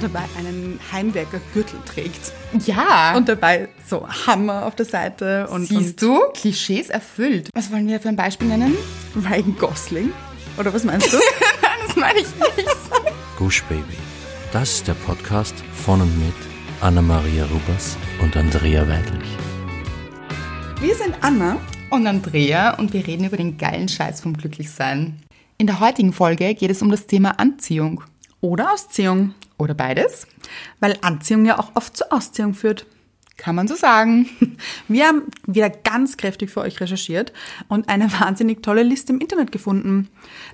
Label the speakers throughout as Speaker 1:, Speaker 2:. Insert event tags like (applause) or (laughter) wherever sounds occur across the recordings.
Speaker 1: dabei einen Heimwerkergürtel trägt.
Speaker 2: Ja.
Speaker 1: Und dabei so Hammer auf der Seite und. und
Speaker 2: Siehst du? Klischees erfüllt. Was wollen wir für ein Beispiel nennen?
Speaker 1: Ryan Gosling? Oder was meinst du?
Speaker 2: Das meine ich nicht.
Speaker 3: Gush Baby. Das ist der Podcast von und mit Anna-Maria Rubers und Andrea Weidlich.
Speaker 1: Wir sind Anna.
Speaker 2: Und Andrea und wir reden über den geilen Scheiß vom Glücklichsein. In der heutigen Folge geht es um das Thema Anziehung.
Speaker 1: Oder Ausziehung.
Speaker 2: Oder beides?
Speaker 1: Weil Anziehung ja auch oft zur Ausziehung führt.
Speaker 2: Kann man so sagen.
Speaker 1: (laughs) Wir haben wieder ganz kräftig für euch recherchiert und eine wahnsinnig tolle Liste im Internet gefunden.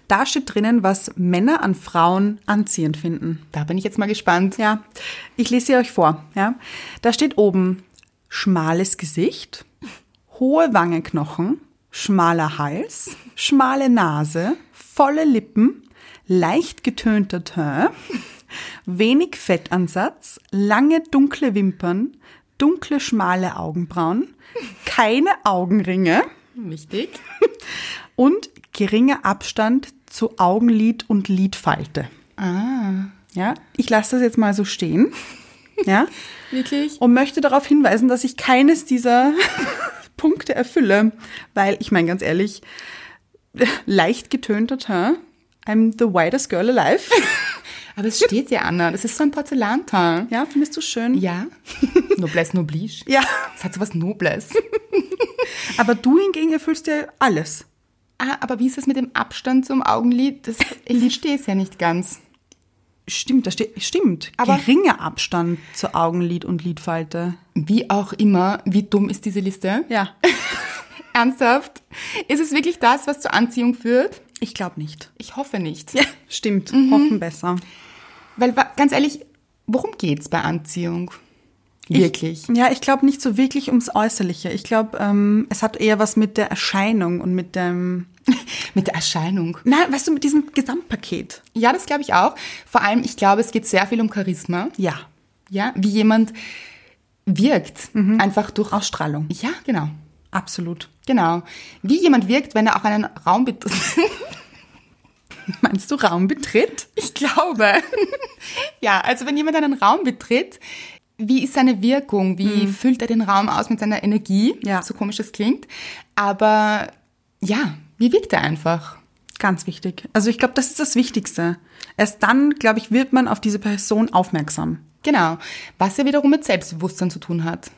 Speaker 1: Da steht drinnen, was Männer an Frauen anziehend finden.
Speaker 2: Da bin ich jetzt mal gespannt.
Speaker 1: Ja, ich lese sie euch vor. Ja. Da steht oben schmales Gesicht, hohe Wangenknochen, schmaler Hals, schmale Nase, volle Lippen, leicht getönter Teint, wenig Fettansatz, lange dunkle Wimpern, dunkle schmale Augenbrauen, keine Augenringe
Speaker 2: Wichtig.
Speaker 1: und geringer Abstand zu Augenlid und Lidfalte.
Speaker 2: Ah,
Speaker 1: Ja, ich lasse das jetzt mal so stehen. Ja.
Speaker 2: wirklich?
Speaker 1: und möchte darauf hinweisen, dass ich keines dieser (laughs) Punkte erfülle, weil ich meine ganz ehrlich, (laughs) leicht getönter Teint, I'm the whitest girl
Speaker 2: (laughs)
Speaker 1: alive.
Speaker 2: Aber es steht ja, Anna. Das ist so ein Porzellanteil.
Speaker 1: Ja, findest du schön?
Speaker 2: Ja. (laughs) Noblesse noblige.
Speaker 1: Ja.
Speaker 2: Es hat so was Nobles.
Speaker 1: Aber du hingegen erfüllst dir alles.
Speaker 2: Ah, aber wie ist das mit dem Abstand zum Augenlid? Das, ich verstehe es ja nicht ganz.
Speaker 1: Stimmt, da steht, stimmt.
Speaker 2: Aber-
Speaker 1: Geringer Abstand zu Augenlid und Lidfalte.
Speaker 2: Wie auch immer, wie dumm ist diese Liste?
Speaker 1: Ja.
Speaker 2: Ernsthaft? Ist es wirklich das, was zur Anziehung führt?
Speaker 1: Ich glaube nicht.
Speaker 2: Ich hoffe nicht.
Speaker 1: Ja, Mhm. stimmt. Hoffen besser.
Speaker 2: Weil wa- ganz ehrlich, worum geht's bei Anziehung? Wirklich.
Speaker 1: Ich, ja, ich glaube nicht so wirklich ums Äußerliche. Ich glaube, ähm, es hat eher was mit der Erscheinung und mit dem
Speaker 2: Mit der Erscheinung.
Speaker 1: Nein, weißt du, mit diesem Gesamtpaket.
Speaker 2: Ja, das glaube ich auch. Vor allem, ich glaube, es geht sehr viel um Charisma.
Speaker 1: Ja.
Speaker 2: Ja, wie jemand wirkt.
Speaker 1: Mhm.
Speaker 2: Einfach durch.
Speaker 1: Ausstrahlung.
Speaker 2: Ja, genau.
Speaker 1: Absolut. (laughs)
Speaker 2: Genau. Wie jemand wirkt, wenn er auch einen Raum (laughs) betritt.
Speaker 1: Meinst du Raumbetritt?
Speaker 2: Ich glaube. (laughs) ja, also wenn jemand einen Raum betritt, wie ist seine Wirkung? Wie füllt er den Raum aus mit seiner Energie?
Speaker 1: Ja.
Speaker 2: So komisch das klingt. Aber ja, wie wirkt er einfach?
Speaker 1: Ganz wichtig. Also ich glaube, das ist das Wichtigste. Erst dann, glaube ich, wird man auf diese Person aufmerksam.
Speaker 2: Genau. Was ja wiederum mit Selbstbewusstsein zu tun hat.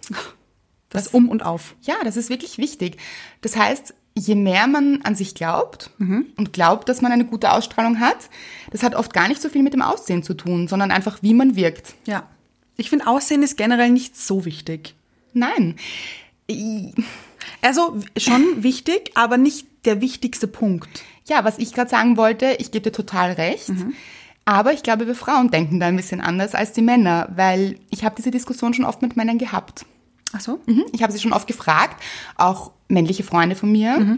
Speaker 1: Das, Um und Auf.
Speaker 2: Ja, das ist wirklich wichtig. Das heißt, je mehr man an sich glaubt und glaubt, dass man eine gute Ausstrahlung hat, das hat oft gar nicht so viel mit dem Aussehen zu tun, sondern einfach, wie man wirkt.
Speaker 1: Ja. Ich finde, Aussehen ist generell nicht so wichtig.
Speaker 2: Nein.
Speaker 1: Also w- schon wichtig, aber nicht der wichtigste Punkt.
Speaker 2: Ja, was ich gerade sagen wollte, ich gebe dir total recht. Aber ich glaube, wir Frauen denken da ein bisschen anders als die Männer, weil ich habe diese Diskussion schon oft mit Männern gehabt.
Speaker 1: Ach so?
Speaker 2: Mhm. Ich habe sie schon oft gefragt, auch männliche Freunde von mir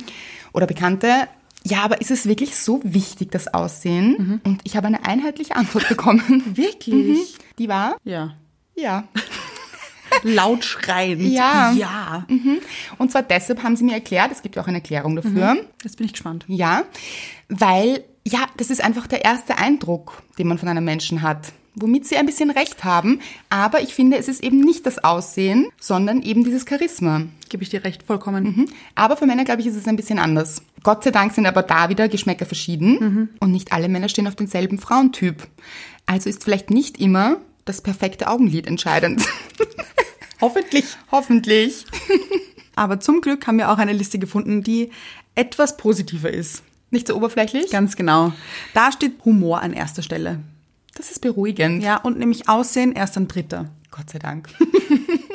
Speaker 2: oder Bekannte. Ja, aber ist es wirklich so wichtig, das Aussehen? Und ich habe eine einheitliche Antwort bekommen. Mhm.
Speaker 1: Wirklich?
Speaker 2: Die war,
Speaker 1: Ja.
Speaker 2: ja.
Speaker 1: Laut schreiend.
Speaker 2: Ja.
Speaker 1: Ja.
Speaker 2: Und zwar deshalb haben sie mir erklärt, es gibt ja auch eine Erklärung dafür.
Speaker 1: Jetzt bin ich gespannt.
Speaker 2: Ja, weil, ja, das ist einfach der erste Eindruck, den man von einem Menschen hat. Womit sie ein bisschen recht haben, aber ich finde, es ist eben nicht das Aussehen, sondern eben dieses Charisma.
Speaker 1: Gebe ich dir recht, vollkommen.
Speaker 2: Aber für Männer, glaube ich, ist es ein bisschen anders. Gott sei Dank sind aber da wieder Geschmäcker verschieden und nicht alle Männer stehen auf denselben Frauentyp. Also ist vielleicht nicht immer das perfekte Augenlid entscheidend.
Speaker 1: Hoffentlich.
Speaker 2: (laughs) Hoffentlich.
Speaker 1: Aber zum Glück haben wir auch eine Liste gefunden, die etwas positiver ist.
Speaker 2: Nicht so oberflächlich?
Speaker 1: Ganz genau. Da steht Humor an erster Stelle.
Speaker 2: Das ist beruhigend.
Speaker 1: Ja, und nämlich Aussehen erst an dritter.
Speaker 2: Gott sei Dank. (laughs)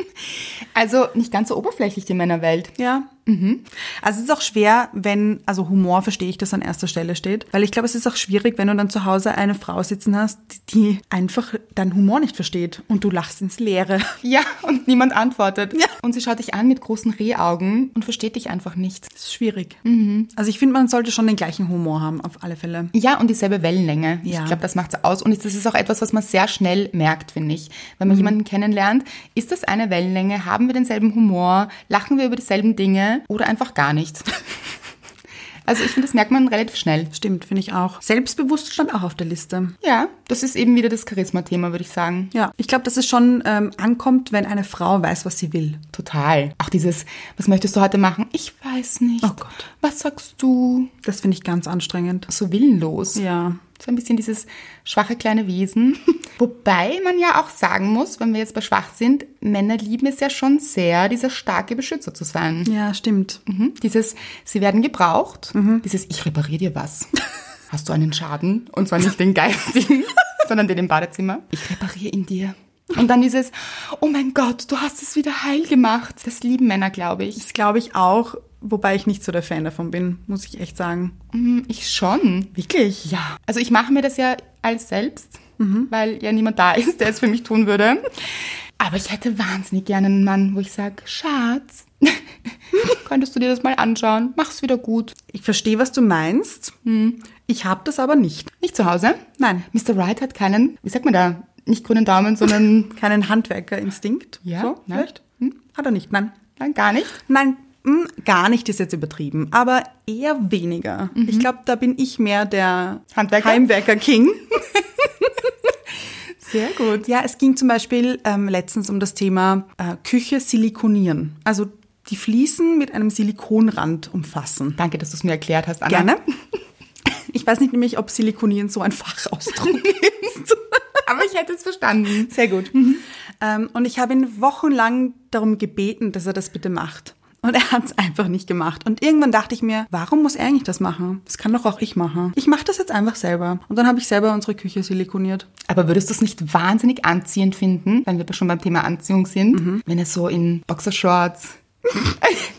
Speaker 2: also nicht ganz so oberflächlich die Männerwelt.
Speaker 1: Ja. Also es ist auch schwer, wenn, also Humor verstehe ich, dass an erster Stelle steht, weil ich glaube, es ist auch schwierig, wenn du dann zu Hause eine Frau sitzen hast, die einfach deinen Humor nicht versteht und du lachst ins Leere. (laughs)
Speaker 2: Ja, und niemand antwortet. Und sie schaut dich an mit großen Rehaugen und versteht dich einfach nicht.
Speaker 1: Das ist schwierig. Also ich finde, man sollte schon den gleichen Humor haben, auf alle Fälle.
Speaker 2: Ja, und dieselbe Wellenlänge.
Speaker 1: Ja.
Speaker 2: Ich glaube, das macht's aus. Und das ist auch etwas, was man sehr schnell merkt, finde ich. Wenn man jemanden kennenlernt, ist das eine Wellenlänge? (laughs) Haben wir denselben Humor? Lachen wir über dieselben Dinge? Oder einfach gar nicht? Also ich finde, das merkt man relativ schnell.
Speaker 1: Stimmt, finde ich auch. Selbstbewusst stand auch auf der Liste.
Speaker 2: Ja, das ist eben wieder das Charisma-Thema, würde ich sagen.
Speaker 1: Ja, ich glaube, dass es schon ähm, ankommt, wenn eine Frau weiß, was sie will.
Speaker 2: Total. Auch dieses, was möchtest du heute machen? Ich weiß nicht.
Speaker 1: Oh Gott.
Speaker 2: Was sagst du?
Speaker 1: Das finde ich ganz anstrengend.
Speaker 2: So willenlos.
Speaker 1: Ja.
Speaker 2: So ein bisschen dieses schwache kleine Wesen. (laughs) Wobei man ja auch sagen muss, wenn wir jetzt bei schwach sind, Männer lieben es ja schon sehr, dieser starke Beschützer zu sein.
Speaker 1: Ja, stimmt.
Speaker 2: Mhm. Dieses, sie werden gebraucht.
Speaker 1: Mhm.
Speaker 2: Dieses, ich repariere dir was. (laughs) Hast du einen Schaden? Und zwar nicht den geistigen, (laughs) sondern den im Badezimmer. Ich repariere ihn dir. Und dann dieses, oh mein Gott, du hast es wieder heil gemacht. Das lieben Männer, glaube ich.
Speaker 1: Das glaube ich auch, wobei ich nicht so der Fan davon bin, muss ich echt sagen.
Speaker 2: Mhm, Ich schon.
Speaker 1: Wirklich? Ja.
Speaker 2: Ja, Mhm. also ich mache mir das ja alles selbst, weil ja niemand da (laughs) ist, der es für mich tun würde. Aber ich hätte wahnsinnig gerne einen Mann, wo ich sage, Schatz, (laughs) könntest du dir das mal anschauen? Mach's wieder gut.
Speaker 1: Ich verstehe, was du meinst.
Speaker 2: Hm.
Speaker 1: Ich habe das aber nicht.
Speaker 2: Nicht zu Hause?
Speaker 1: Nein.
Speaker 2: Mr. Wright hat keinen, wie sagt man da, nicht grünen Daumen, sondern (laughs)
Speaker 1: Keinen Handwerkerinstinkt.
Speaker 2: Ja,
Speaker 1: So,
Speaker 2: nein.
Speaker 1: vielleicht? Hm? Hat er nicht, nein.
Speaker 2: nein, gar nicht.
Speaker 1: Nein, hm, gar nicht ist jetzt übertrieben, aber eher weniger. Ich glaube, da bin ich mehr der
Speaker 2: Mhm. Handwerker?
Speaker 1: Heimwerker-King.
Speaker 2: Sehr gut.
Speaker 1: Ja, es ging zum Beispiel ähm, letztens um das Thema äh, Küche silikonieren. Also die Fliesen mit einem Silikonrand umfassen.
Speaker 2: Danke, dass du es mir erklärt hast, Anna.
Speaker 1: Gerne. (laughs) Ich weiß nicht nämlich, ob silikonieren so ein (laughs) Fachausdruck ist.
Speaker 2: (laughs) Aber ich hätte es verstanden.
Speaker 1: Sehr gut. Ähm, und ich habe ihn wochenlang darum gebeten, dass er das bitte macht. Und er hat es einfach nicht gemacht. Und irgendwann dachte ich mir, warum muss er eigentlich das machen? Das kann doch auch ich machen. Ich mache das jetzt einfach selber. Und dann habe ich selber unsere Küche silikoniert.
Speaker 2: Aber würdest du es nicht wahnsinnig anziehend finden, wenn wir schon beim Thema Anziehung sind,
Speaker 1: Mhm.
Speaker 2: wenn er so in Boxershorts (laughs)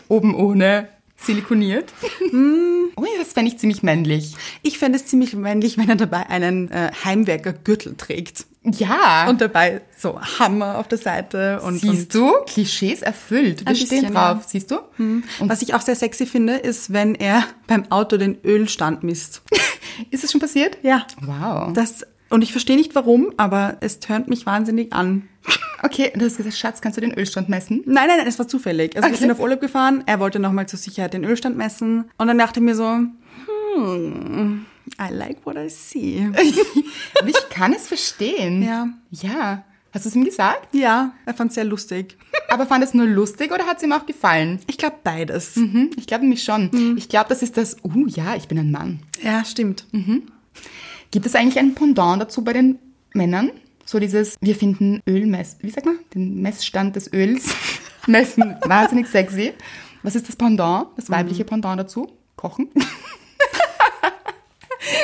Speaker 2: oben ohne silikoniert?
Speaker 1: Mhm.
Speaker 2: Oh ja, das fände ich ziemlich männlich.
Speaker 1: Ich fände es ziemlich männlich, wenn er dabei einen äh, Heimwerkergürtel trägt.
Speaker 2: Ja.
Speaker 1: Und dabei so Hammer auf der Seite. Und,
Speaker 2: siehst du? Klischees erfüllt. Wir
Speaker 1: Ein
Speaker 2: stehen
Speaker 1: bisschen, Mhm.
Speaker 2: drauf, siehst du?
Speaker 1: und was ich auch sehr sexy finde, ist, wenn er beim Auto den Ölstand misst.
Speaker 2: Ist es schon passiert?
Speaker 1: Ja.
Speaker 2: Wow.
Speaker 1: Das, und ich verstehe nicht warum, aber es tönt mich wahnsinnig an.
Speaker 2: Okay, du hast gesagt, Schatz, kannst du den Ölstand messen?
Speaker 1: Nein, nein, nein, es war zufällig. Also wir
Speaker 2: Okay.
Speaker 1: sind auf Urlaub gefahren, er wollte nochmal zur Sicherheit den Ölstand messen und dann dachte ich mir so, hmm, I like what I (laughs) see.
Speaker 2: Und ich kann es verstehen.
Speaker 1: Ja.
Speaker 2: Ja. Hast du es ihm gesagt?
Speaker 1: Ja, er fand es sehr lustig.
Speaker 2: Aber fand es nur lustig oder hat es ihm auch gefallen?
Speaker 1: Ich glaube beides.
Speaker 2: Mhm, ich glaube nämlich schon. Ich glaube, das ist das, uh ja, ich bin ein Mann.
Speaker 1: Ja, stimmt.
Speaker 2: Gibt es eigentlich ein Pendant dazu bei den Männern? So dieses, wir finden Ölmess, wie sagt man? Den Messstand des Öls (laughs) messen. Wahnsinnig sexy. Was ist das Pendant,
Speaker 1: Mhm.
Speaker 2: das weibliche Pendant dazu? Kochen. (laughs)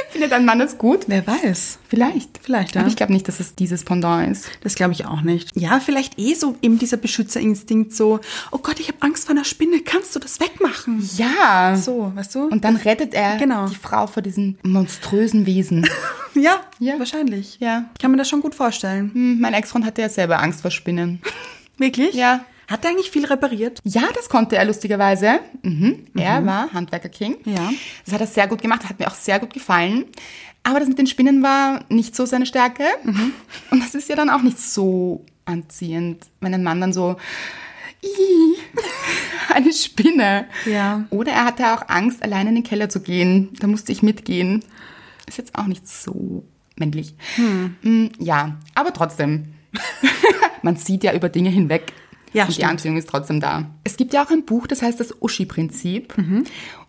Speaker 2: Findet ein Mann das gut?
Speaker 1: Wer weiß.
Speaker 2: Vielleicht.
Speaker 1: Vielleicht, ja.
Speaker 2: Aber ich glaube nicht, dass es dieses Pendant ist.
Speaker 1: Das glaube ich auch nicht. Ja, vielleicht eh so eben dieser Beschützerinstinkt so, oh Gott, ich habe Angst vor einer Spinne, kannst du das wegmachen?
Speaker 2: Ja.
Speaker 1: So, weißt du?
Speaker 2: Und dann rettet er
Speaker 1: Genau.
Speaker 2: die Frau vor diesem
Speaker 1: (laughs)
Speaker 2: monströsen Wesen.
Speaker 1: ja,
Speaker 2: Ja.
Speaker 1: wahrscheinlich.
Speaker 2: Ja.
Speaker 1: Ich kann mir das schon gut vorstellen.
Speaker 2: Hm, mein Ex-Freund hatte ja selber Angst vor Spinnen.
Speaker 1: Wirklich?
Speaker 2: Ja.
Speaker 1: Hat er eigentlich viel repariert?
Speaker 2: Ja, das konnte er lustigerweise. Mhm. Er war Handwerker King.
Speaker 1: Ja.
Speaker 2: Das hat er sehr gut gemacht, hat mir auch sehr gut gefallen. Aber das mit den Spinnen war nicht so seine Stärke.
Speaker 1: Mhm.
Speaker 2: (laughs) Und das ist ja dann auch nicht so anziehend, wenn ein Mann dann so, "Ih, (laughs) eine Spinne.
Speaker 1: Ja.
Speaker 2: Oder er hatte auch Angst, alleine in den Keller zu gehen. Da musste ich mitgehen. Ist jetzt auch nicht so männlich.
Speaker 1: Hm.
Speaker 2: Mm, Ja, aber trotzdem. (laughs) Man sieht ja über Dinge hinweg.
Speaker 1: Ja,
Speaker 2: Und die
Speaker 1: stimmt.
Speaker 2: Anziehung ist trotzdem da. Mhm. Es gibt ja auch ein Buch, das heißt das Uschi-Prinzip.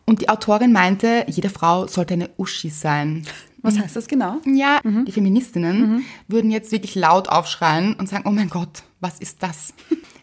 Speaker 2: Und die Autorin meinte, jede Frau sollte eine Uschi sein.
Speaker 1: Was heißt das genau?
Speaker 2: Ja, Mhm. die Feministinnen würden jetzt wirklich laut aufschreien und sagen, oh mein Gott, was ist (laughs) das?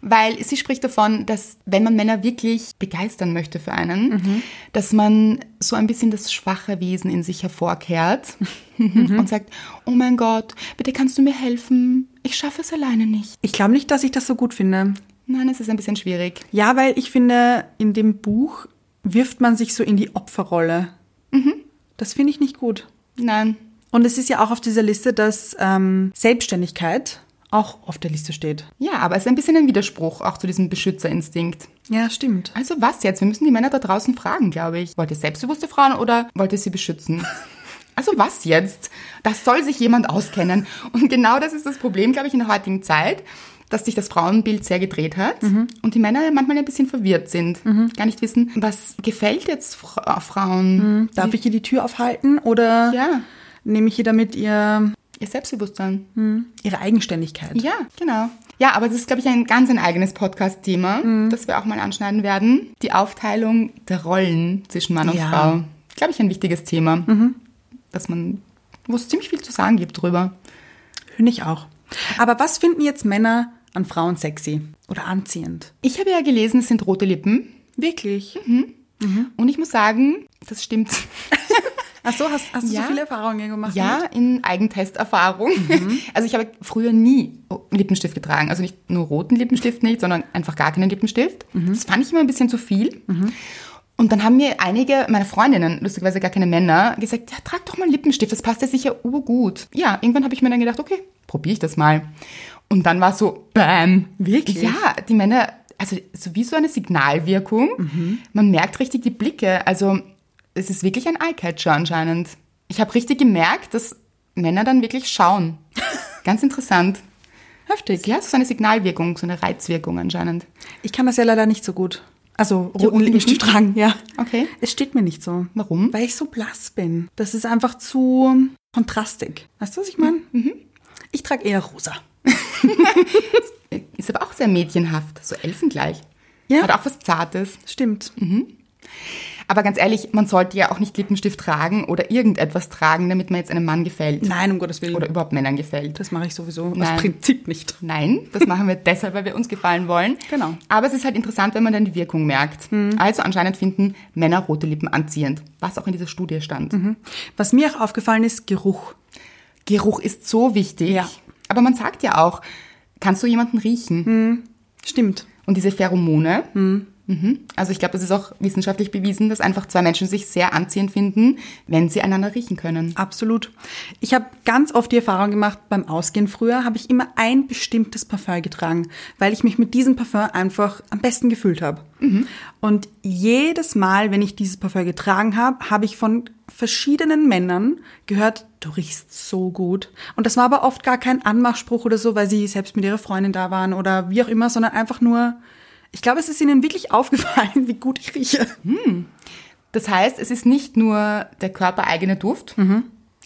Speaker 2: Weil sie spricht davon, dass wenn man Männer wirklich begeistern möchte für einen, dass man so ein bisschen das schwache Wesen in sich (laughs) hervorkehrt und sagt, oh mein Gott, bitte kannst du mir helfen? Ich schaffe es alleine nicht.
Speaker 1: Ich glaube nicht, dass ich das so gut finde.
Speaker 2: Nein, es ist ein bisschen schwierig.
Speaker 1: Ja, weil ich finde, in dem Buch wirft man sich so in die Opferrolle.
Speaker 2: Mhm.
Speaker 1: Das finde ich nicht gut.
Speaker 2: Nein.
Speaker 1: Und es ist ja auch auf dieser Liste, dass ähm, Selbstständigkeit auch auf der Liste steht.
Speaker 2: Ja, aber es ist ein bisschen ein Widerspruch auch zu diesem Beschützerinstinkt.
Speaker 1: Ja, stimmt.
Speaker 2: Also was jetzt? Wir müssen die Männer da draußen fragen, glaube ich. Wollt ihr selbstbewusste Frauen oder wollt ihr sie beschützen? Also was jetzt? Das soll sich jemand auskennen. Und genau das ist das Problem, glaube ich, in der heutigen Zeit, dass sich das Frauenbild sehr gedreht hat und die Männer manchmal ein bisschen verwirrt sind, gar nicht wissen, was gefällt jetzt Fra Frauen,
Speaker 1: Darf ich ihr die Tür aufhalten oder
Speaker 2: Ja.
Speaker 1: nehme ich ihr damit ihr,
Speaker 2: ihr Selbstbewusstsein.
Speaker 1: ihre Eigenständigkeit?
Speaker 2: Ja, genau. Ja, aber das ist, glaube ich, ein ganz ein eigenes Podcast-Thema,
Speaker 1: Mhm.
Speaker 2: das wir auch mal anschneiden werden. Die Aufteilung der Rollen zwischen Mann und
Speaker 1: Ja. Mhm.
Speaker 2: Frau. Glaube ich, ein wichtiges Thema, dass man, wo es ziemlich viel zu sagen gibt drüber.
Speaker 1: Finde ich auch. Aber was finden jetzt Männer an Frauen sexy oder anziehend? Mhm.
Speaker 2: Ich habe ja gelesen, es sind rote Lippen.
Speaker 1: Wirklich?
Speaker 2: Und ich muss sagen, das stimmt.
Speaker 1: (laughs)
Speaker 2: (laughs)
Speaker 1: Ach so, hast, hast du
Speaker 2: Ja.
Speaker 1: so viele Erfahrungen gemacht?
Speaker 2: Ja, in Eigentesterfahrung. (laughs) Also ich habe früher nie Lippenstift getragen. Also nicht nur roten Lippenstift nicht, sondern einfach gar keinen Lippenstift. Das fand ich immer ein bisschen zu viel. Und dann haben mir einige meiner Freundinnen, lustigerweise gar keine Männer, gesagt, ja, trag doch mal einen Lippenstift, das passt ja sicher urgut. Ja, irgendwann habe ich mir dann gedacht, okay, probiere ich das mal. Und dann war es so, bam.
Speaker 1: Wirklich?
Speaker 2: Ja, die Männer, also so wie so eine Signalwirkung.
Speaker 1: Mhm.
Speaker 2: Man merkt richtig die Blicke. Also es ist wirklich ein Eyecatcher anscheinend. Ich habe richtig gemerkt, dass Männer dann
Speaker 1: (laughs)
Speaker 2: wirklich schauen. Ganz interessant.
Speaker 1: Mhm. Heftig.
Speaker 2: Ja, so eine Signalwirkung, so eine Reizwirkung anscheinend.
Speaker 1: Ich kann das ja leider nicht so gut. Also
Speaker 2: Die
Speaker 1: roten
Speaker 2: roten
Speaker 1: Lippenstift
Speaker 2: Lippen?
Speaker 1: tragen, ja.
Speaker 2: Okay.
Speaker 1: Es steht mir nicht so.
Speaker 2: Warum?
Speaker 1: Weil ich so blass bin. Das ist einfach zu kontrastig. Weißt du, was ich meine?
Speaker 2: Mhm.
Speaker 1: Ich trage eher rosa.
Speaker 2: Ist aber auch sehr mädchenhaft, so elfengleich.
Speaker 1: Ja.
Speaker 2: Hat auch Mhm. was Zartes.
Speaker 1: Stimmt.
Speaker 2: Aber ganz ehrlich, man sollte ja auch nicht Lippenstift tragen oder irgendetwas tragen, damit man jetzt einem Mann gefällt.
Speaker 1: Nein, um Gottes Willen.
Speaker 2: Oder überhaupt Männern gefällt.
Speaker 1: das mache ich sowieso
Speaker 2: Nein.
Speaker 1: aus Prinzip nicht.
Speaker 2: Nein, das machen wir deshalb, weil wir uns gefallen wollen.
Speaker 1: Genau. Mhm.
Speaker 2: Aber es ist halt interessant, wenn man dann die Wirkung merkt. Also anscheinend finden Männer rote Lippen anziehend, was auch in dieser Studie stand.
Speaker 1: Mhm. Was mir auch aufgefallen ist, Geruch.
Speaker 2: Geruch ist so wichtig.
Speaker 1: Ja.
Speaker 2: Aber man sagt ja auch, kannst du jemanden riechen?
Speaker 1: Mhm. Stimmt.
Speaker 2: Und diese Pheromone, mhm. also ich glaube, das ist auch wissenschaftlich bewiesen, dass einfach zwei Menschen sich sehr anziehend finden, wenn sie einander riechen können.
Speaker 1: Absolut. Ich habe ganz oft die Erfahrung gemacht, beim Ausgehen früher habe ich immer ein bestimmtes Parfum getragen, weil ich mich mit diesem Parfum einfach am besten gefühlt habe. Und jedes Mal, wenn ich dieses Parfum getragen habe, habe ich von verschiedenen Männern gehört, du riechst so gut. Und das war aber oft gar kein Anmachspruch oder so, weil sie selbst mit ihrer Freundin da waren oder wie auch immer, sondern einfach nur, ich glaube, es ist ihnen wirklich (laughs) aufgefallen, wie gut ich rieche.
Speaker 2: Das heißt, es ist nicht nur der körpereigene Duft,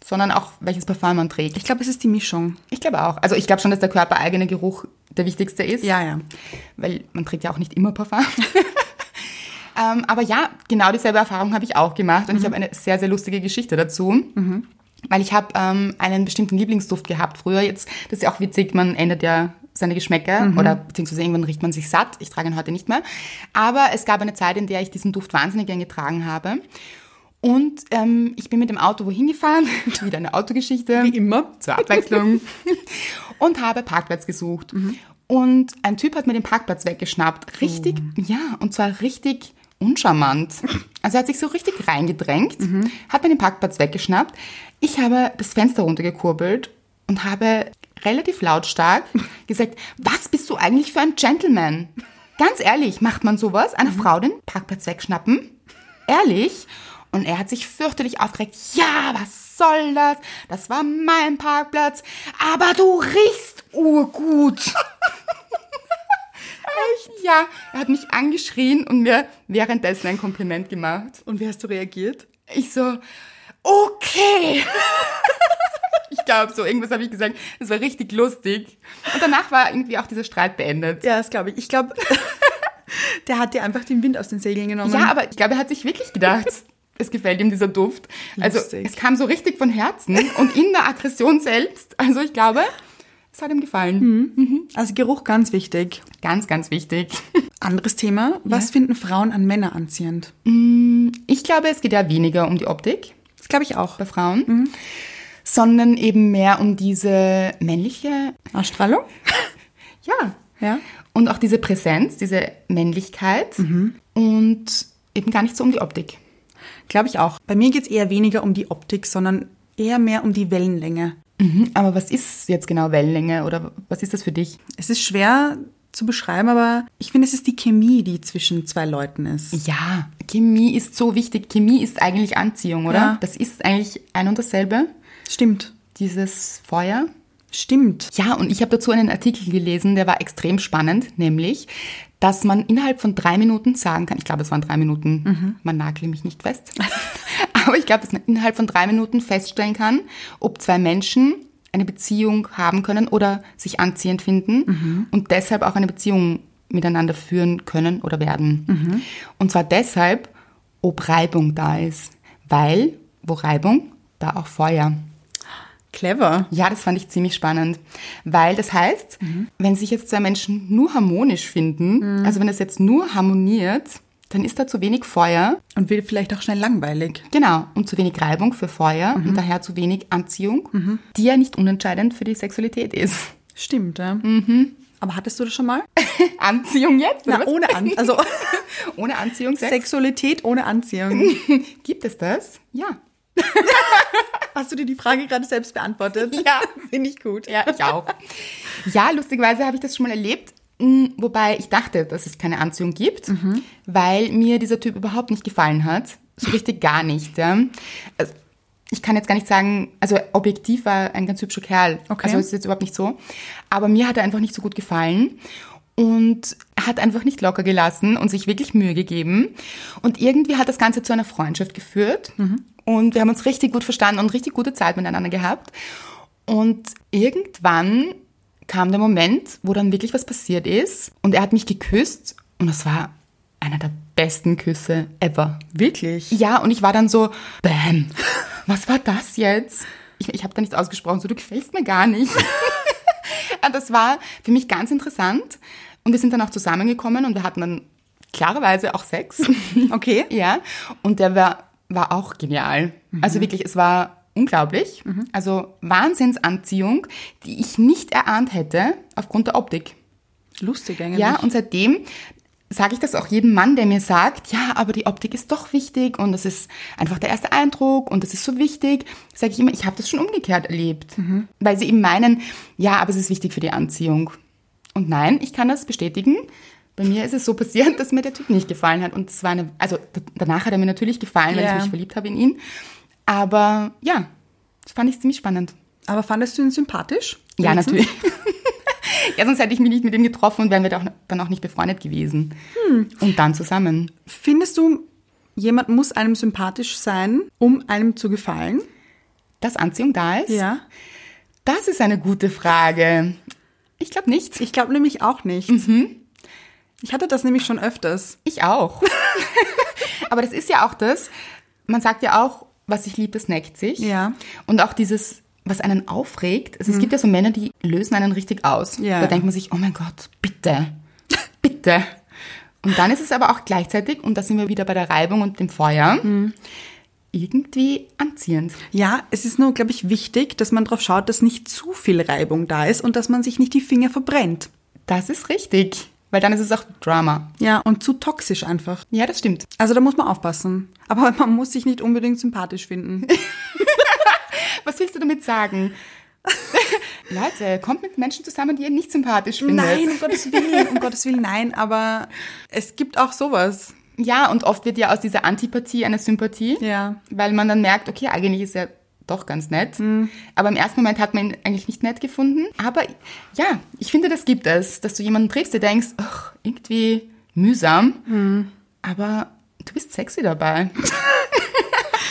Speaker 2: sondern auch welches Parfum man trägt.
Speaker 1: Mhm. Ich glaube, es ist die Mischung.
Speaker 2: Ich glaube auch. Also ich glaube schon, dass der körpereigene Geruch der wichtigste ist.
Speaker 1: Ja, ja.
Speaker 2: Weil man trägt ja auch nicht immer Parfum. (laughs) ähm, aber ja, genau dieselbe Erfahrung habe ich auch gemacht und
Speaker 1: Mhm.
Speaker 2: ich habe eine sehr, sehr lustige Geschichte dazu. Weil ich habe ähm, einen bestimmten Lieblingsduft gehabt früher. Jetzt, das ist ja auch witzig, man ändert ja seine Geschmäcker
Speaker 1: Mhm.
Speaker 2: oder beziehungsweise irgendwann riecht man sich satt. Ich trage ihn heute nicht mehr. Aber es gab eine Zeit, in der ich diesen Duft wahnsinnig gern getragen habe. Und ähm, ich bin mit dem Auto wohin gefahren, (laughs) wieder eine Autogeschichte.
Speaker 1: Wie immer.
Speaker 2: Zur Abwechslung. (laughs) Mhm. und habe Parkplatz gesucht. Und ein Typ hat mir den Parkplatz weggeschnappt. Richtig, ja, und zwar richtig uncharmant. Also er hat sich so richtig reingedrängt, hat mir den Parkplatz weggeschnappt. Ich habe das Fenster runtergekurbelt und habe relativ (laughs) lautstark gesagt, was bist du eigentlich für ein Gentleman? Ganz ehrlich, macht man sowas? Einer Frau den Parkplatz wegschnappen? Ehrlich? Und er hat sich fürchterlich aufgeregt. Ja, was soll das? Das war mein Parkplatz. Aber du riechst urgut. Echt? (laughs) Ja, er hat mich angeschrien und mir währenddessen ein Kompliment gemacht.
Speaker 1: Und wie hast du reagiert?
Speaker 2: Ich so, okay. (laughs) ich glaube, so irgendwas habe ich gesagt. Das war richtig lustig. Und danach war irgendwie auch dieser Streit beendet.
Speaker 1: Ja, das glaube ich. Ich glaube, (laughs) der hat dir einfach den Wind aus den Segeln genommen.
Speaker 2: Ja, aber ich glaube, er hat sich wirklich gedacht, (laughs) es gefällt ihm dieser Duft. Also
Speaker 1: Lustig.
Speaker 2: es kam so richtig von Herzen und in der Aggression selbst. Also ich glaube, es hat ihm gefallen.
Speaker 1: Also Geruch ganz wichtig.
Speaker 2: Ganz, ganz wichtig.
Speaker 1: Anderes Thema. Was finden Frauen an Männer anziehend?
Speaker 2: Ich glaube, es geht ja weniger um die Optik
Speaker 1: Das glaube ich auch.
Speaker 2: bei Frauen,
Speaker 1: Mhm.
Speaker 2: sondern eben mehr um diese männliche,
Speaker 1: Ausstrahlung?
Speaker 2: ja,
Speaker 1: Ja.
Speaker 2: und auch diese Präsenz, diese Männlichkeit
Speaker 1: Mhm.
Speaker 2: und eben gar nicht so um die Optik.
Speaker 1: Glaube ich auch. Bei mir geht es eher weniger um die Optik, sondern eher mehr um die Wellenlänge.
Speaker 2: Mhm. Aber was ist jetzt genau Wellenlänge oder was ist das für dich?
Speaker 1: Es ist schwer zu beschreiben, aber ich finde, es ist die Chemie, die zwischen zwei Leuten ist.
Speaker 2: Ja, Chemie ist so wichtig. Chemie ist eigentlich Anziehung, oder?
Speaker 1: Ja.
Speaker 2: Das ist eigentlich ein und dasselbe.
Speaker 1: Stimmt.
Speaker 2: Dieses Feuer.
Speaker 1: Stimmt.
Speaker 2: Ja, und ich habe dazu einen Artikel gelesen, der war extrem spannend, nämlich, dass man innerhalb von drei Minuten sagen kann, ich glaube, es waren drei Minuten, man nagelt mich nicht fest, (laughs) aber ich glaube, dass man innerhalb von drei Minuten feststellen kann, ob zwei Menschen eine Beziehung haben können oder sich anziehend finden und deshalb auch eine Beziehung miteinander führen können oder werden. Und zwar deshalb, ob Reibung da ist, weil wo Reibung, da auch Feuer.
Speaker 1: Clever.
Speaker 2: Ja, das fand ich ziemlich spannend, weil das heißt, wenn sich jetzt zwei Menschen nur harmonisch finden, also wenn es jetzt nur harmoniert, dann ist da zu wenig Feuer,
Speaker 1: Und wird vielleicht auch schnell langweilig.
Speaker 2: genau, und zu wenig Reibung für Feuer und daher zu wenig Anziehung, die ja nicht unentscheidend für die Sexualität ist. (laughs)
Speaker 1: Stimmt, ja. Aber hattest du das schon mal?
Speaker 2: Anziehung jetzt? oder
Speaker 1: Na,
Speaker 2: was?
Speaker 1: ohne An also
Speaker 2: ohne Anziehung (laughs) Sex?
Speaker 1: Sexualität ohne Anziehung.
Speaker 2: Gibt es das? Ja.
Speaker 1: Hast du dir die Frage gerade selbst beantwortet?
Speaker 2: (laughs) Ja.
Speaker 1: Finde ich gut.
Speaker 2: Ja, ich auch. (laughs) ja, lustigerweise habe ich das schon mal erlebt. m, Wobei ich dachte, dass es keine Anziehung gibt, weil mir dieser Typ überhaupt nicht gefallen hat. So richtig gar nicht. Ja. Also, ich kann jetzt gar nicht sagen, also objektiv war ein ganz hübscher Kerl.
Speaker 1: Okay.
Speaker 2: Also ist jetzt überhaupt nicht so. Aber mir hat er einfach nicht so gut gefallen und hat einfach nicht locker gelassen und sich wirklich Mühe gegeben. Und irgendwie hat das Ganze zu einer Freundschaft geführt. Und wir haben uns richtig gut verstanden und richtig gute Zeit miteinander gehabt. Und irgendwann kam der Moment, wo dann wirklich was passiert ist. Und er hat mich geküsst und das war einer der besten Küsse ever.
Speaker 1: Wirklich?
Speaker 2: Ja, und ich war dann so, bam, was war das jetzt? Ich, ich habe da nichts ausgesprochen, so du gefällst mir gar nicht. Und das war für mich ganz interessant. Und wir sind dann auch zusammengekommen und wir hatten dann klarerweise auch Sex.
Speaker 1: Okay.
Speaker 2: ja, und der war, war auch genial. Also wirklich, es war unglaublich. Also Wahnsinnsanziehung, die ich nicht erahnt hätte aufgrund der Optik.
Speaker 1: Lustig eigentlich.
Speaker 2: Ja, und seitdem sage ich das auch jedem Mann, der mir sagt, ja, aber die Optik ist doch wichtig und das ist einfach der erste Eindruck und das ist so wichtig, sage ich immer, ich habe das schon umgekehrt erlebt,
Speaker 1: Mhm.
Speaker 2: weil sie eben meinen, ja, aber es ist wichtig für die Anziehung. Und nein, ich kann das bestätigen. Bei mir ist es so passiert, dass mir der Typ nicht gefallen hat und es war eine, also d- danach hat er mir natürlich gefallen, weil
Speaker 1: Ja.
Speaker 2: ich mich verliebt habe in ihn, aber ja, das fand ich ziemlich spannend.
Speaker 1: Aber fandest du ihn sympathisch?
Speaker 2: Ja,
Speaker 1: Wenigstens?
Speaker 2: natürlich. (laughs) ja, sonst hätte ich mich nicht mit ihm getroffen und wären wir da auch, dann auch nicht befreundet gewesen.
Speaker 1: Hm.
Speaker 2: Und dann zusammen.
Speaker 1: Findest du, jemand muss einem sympathisch sein, um einem zu gefallen?
Speaker 2: Dass Anziehung da ist?
Speaker 1: Ja.
Speaker 2: Das ist eine gute Frage. Ich glaube nicht.
Speaker 1: Ich glaube nämlich auch nicht.
Speaker 2: Mhm.
Speaker 1: Ich hatte das nämlich schon öfters.
Speaker 2: Ich auch. (laughs) Aber das ist ja auch das, man sagt ja auch, was sich liebt, das neckt sich.
Speaker 1: Ja. Mhm.
Speaker 2: Und auch dieses, was einen aufregt. Also Es gibt ja so Männer, die lösen einen richtig aus.
Speaker 1: Ja.
Speaker 2: Da denkt man sich, oh mein Gott, bitte, bitte. Und dann ist es aber auch gleichzeitig, und da sind wir wieder bei der Reibung und dem Feuer,
Speaker 1: Mhm.
Speaker 2: irgendwie anziehend.
Speaker 1: Ja, es ist nur, glaube ich, wichtig, dass man darauf schaut, dass nicht zu viel Reibung da ist und dass man sich nicht die Finger verbrennt.
Speaker 2: Das ist richtig, weil dann ist es auch Drama.
Speaker 1: Ja, und zu toxisch einfach.
Speaker 2: Ja, das stimmt.
Speaker 1: Also da muss man aufpassen. Aber (laughs) man muss sich nicht unbedingt sympathisch finden.
Speaker 2: Was willst du
Speaker 1: (laughs)
Speaker 2: damit sagen? Leute, kommt mit Menschen zusammen, die ihr nicht sympathisch findet.
Speaker 1: Nein, um Gottes Willen, um Gottes Willen, nein. Aber es gibt auch sowas.
Speaker 2: Ja, und oft wird ja aus dieser Antipathie eine Sympathie.
Speaker 1: Ja.
Speaker 2: Weil man dann merkt, okay, eigentlich ist er doch ganz nett.
Speaker 1: Mhm.
Speaker 2: Aber im ersten Moment hat man ihn eigentlich nicht nett gefunden. Aber ja, ich finde, das gibt es, dass du jemanden triffst, der denkst, ach, irgendwie mühsam.
Speaker 1: Mhm.
Speaker 2: Aber du bist sexy
Speaker 1: (laughs)
Speaker 2: dabei.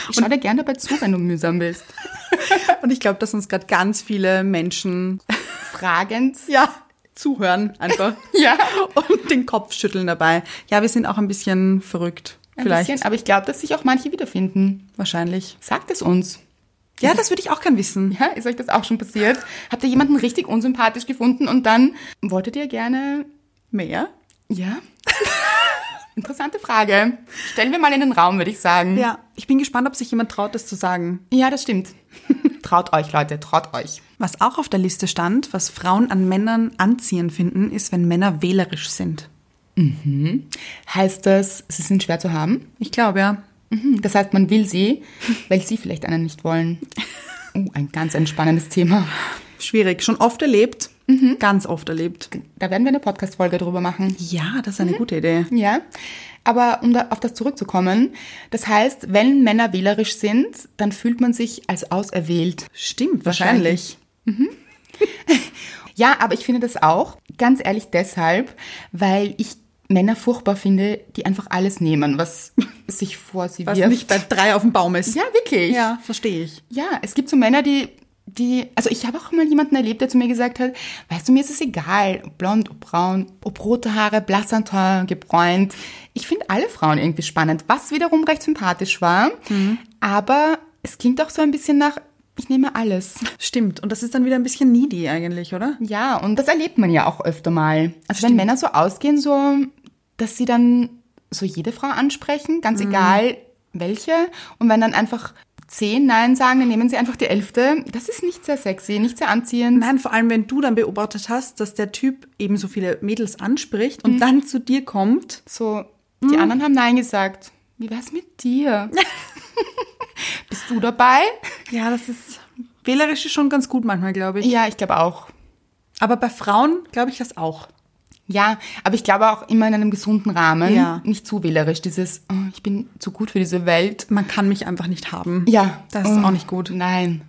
Speaker 2: Ich schau dir gerne dabei zu, wenn du mühsam bist.
Speaker 1: Und ich glaube, dass uns gerade ganz viele Menschen (laughs)
Speaker 2: Fragend.
Speaker 1: ja, zuhören einfach. (laughs)
Speaker 2: Ja.
Speaker 1: Und den Kopf schütteln dabei. Ja, wir sind auch ein bisschen verrückt.
Speaker 2: Ein
Speaker 1: Vielleicht.
Speaker 2: Bisschen, aber ich glaube, dass sich auch manche wiederfinden.
Speaker 1: Wahrscheinlich.
Speaker 2: Sagt es uns.
Speaker 1: Ja, das würde ich auch gern wissen.
Speaker 2: Ja, ist euch das auch schon passiert? Habt ihr jemanden richtig unsympathisch gefunden und dann wolltet ihr gerne.
Speaker 1: Mehr?
Speaker 2: Ja? Interessante Frage. Stellen wir mal in den Raum, würde ich sagen.
Speaker 1: Ja, ich bin gespannt, ob sich jemand traut, das zu sagen.
Speaker 2: ja das stimmt. (laughs) traut euch, Leute, traut euch.
Speaker 1: Was auch auf der Liste stand, was Frauen an Männern anziehend finden, ist, wenn Männer wählerisch sind.
Speaker 2: Heißt das, sie sind schwer zu haben?
Speaker 1: Ich glaube, ja.
Speaker 2: Mhm. Das heißt, man will sie, weil sie vielleicht einen nicht wollen. Oh, ein ganz entspannendes Thema.
Speaker 1: Schwierig. Schon oft erlebt. Ganz oft erlebt. Mhm.
Speaker 2: Da werden wir eine Podcast-Folge drüber machen.
Speaker 1: Ja, das ist eine gute Idee.
Speaker 2: Ja, aber um da auf das zurückzukommen, das heißt, wenn Männer wählerisch sind, dann fühlt man sich als auserwählt.
Speaker 1: Stimmt,
Speaker 2: Wahrscheinlich.
Speaker 1: wahrscheinlich.
Speaker 2: Ja, aber ich finde das auch ganz ehrlich deshalb, weil ich Männer furchtbar finde, die einfach alles nehmen, was (laughs) sich vor sie
Speaker 1: Was
Speaker 2: wirft.
Speaker 1: nicht bei drei auf dem Baum ist.
Speaker 2: ja, wirklich.
Speaker 1: ja verstehe ich.
Speaker 2: Ja, es gibt so Männer, die, die, also ich habe auch mal jemanden erlebt, der zu mir gesagt hat, weißt du, mir ist es egal, ob blond, ob braun, ob rote Haare, blass und teuer, gebräunt. Ich finde alle Frauen irgendwie spannend, was wiederum recht sympathisch war.
Speaker 1: Mhm.
Speaker 2: Aber es klingt auch so ein bisschen nach, ich nehme alles.
Speaker 1: Stimmt. Und das ist dann wieder ein bisschen needy eigentlich, oder?
Speaker 2: Ja, und das erlebt man ja auch öfter mal. Also wenn Männer so ausgehen, so, dass sie dann so jede Frau ansprechen, ganz
Speaker 1: Mhm.
Speaker 2: egal welche. Und wenn dann einfach zehn Nein sagen, dann nehmen sie einfach die elfte. Das ist nicht sehr sexy, nicht sehr anziehend.
Speaker 1: Nein, vor allem, wenn du dann beobachtet hast, dass der Typ eben so viele Mädels anspricht und dann zu dir kommt.
Speaker 2: So, die
Speaker 1: Mhm.
Speaker 2: anderen haben Nein gesagt. Wie wär's
Speaker 1: (laughs)
Speaker 2: mit dir? Bist du dabei?
Speaker 1: Ja, das ist wählerisch ist schon ganz gut manchmal, glaube ich.
Speaker 2: Ja, ich glaube auch.
Speaker 1: Aber bei Frauen glaube ich das auch.
Speaker 2: Ja, aber ich glaube auch immer in einem gesunden Rahmen.
Speaker 1: Ja.
Speaker 2: Nicht zu wählerisch, dieses, oh, ich bin zu gut für diese Welt.
Speaker 1: Man kann mich einfach nicht haben.
Speaker 2: Ja.
Speaker 1: Das ist
Speaker 2: Oh,
Speaker 1: auch nicht gut.
Speaker 2: Nein.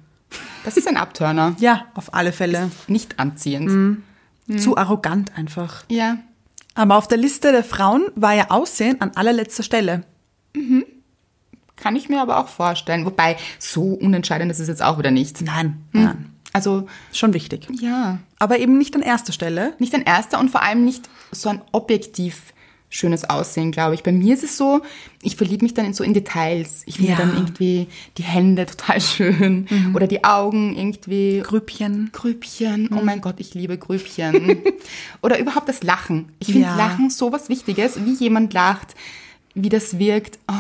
Speaker 2: Das ist ein Abturner.
Speaker 1: Ja, auf alle Fälle.
Speaker 2: Nicht anziehend.
Speaker 1: Mhm. Zu arrogant einfach.
Speaker 2: Ja.
Speaker 1: Aber auf der Liste der Frauen war ja Aussehen an allerletzter Stelle.
Speaker 2: Kann ich mir aber auch vorstellen. Wobei, so unentscheidend ist es jetzt auch wieder nicht.
Speaker 1: Nein,
Speaker 2: Mhm.
Speaker 1: nein.
Speaker 2: Also,
Speaker 1: Schon wichtig.
Speaker 2: ja.
Speaker 1: Aber eben nicht an erster Stelle.
Speaker 2: Nicht ein erster und vor allem nicht so ein objektiv schönes Aussehen, glaube ich. Bei mir ist es so, ich verliebe mich dann in so in Details. Ich finde
Speaker 1: Ja. Mhm.
Speaker 2: dann irgendwie die Hände total schön oder die Augen irgendwie.
Speaker 1: Grübchen.
Speaker 2: Grübchen,
Speaker 1: Mhm.
Speaker 2: oh mein Gott, ich
Speaker 1: (laughs)
Speaker 2: liebe Grübchen. Oder überhaupt das Lachen. Ich finde
Speaker 1: Ja.
Speaker 2: Lachen so was Wichtiges, wie jemand lacht, wie das wirkt. Oh,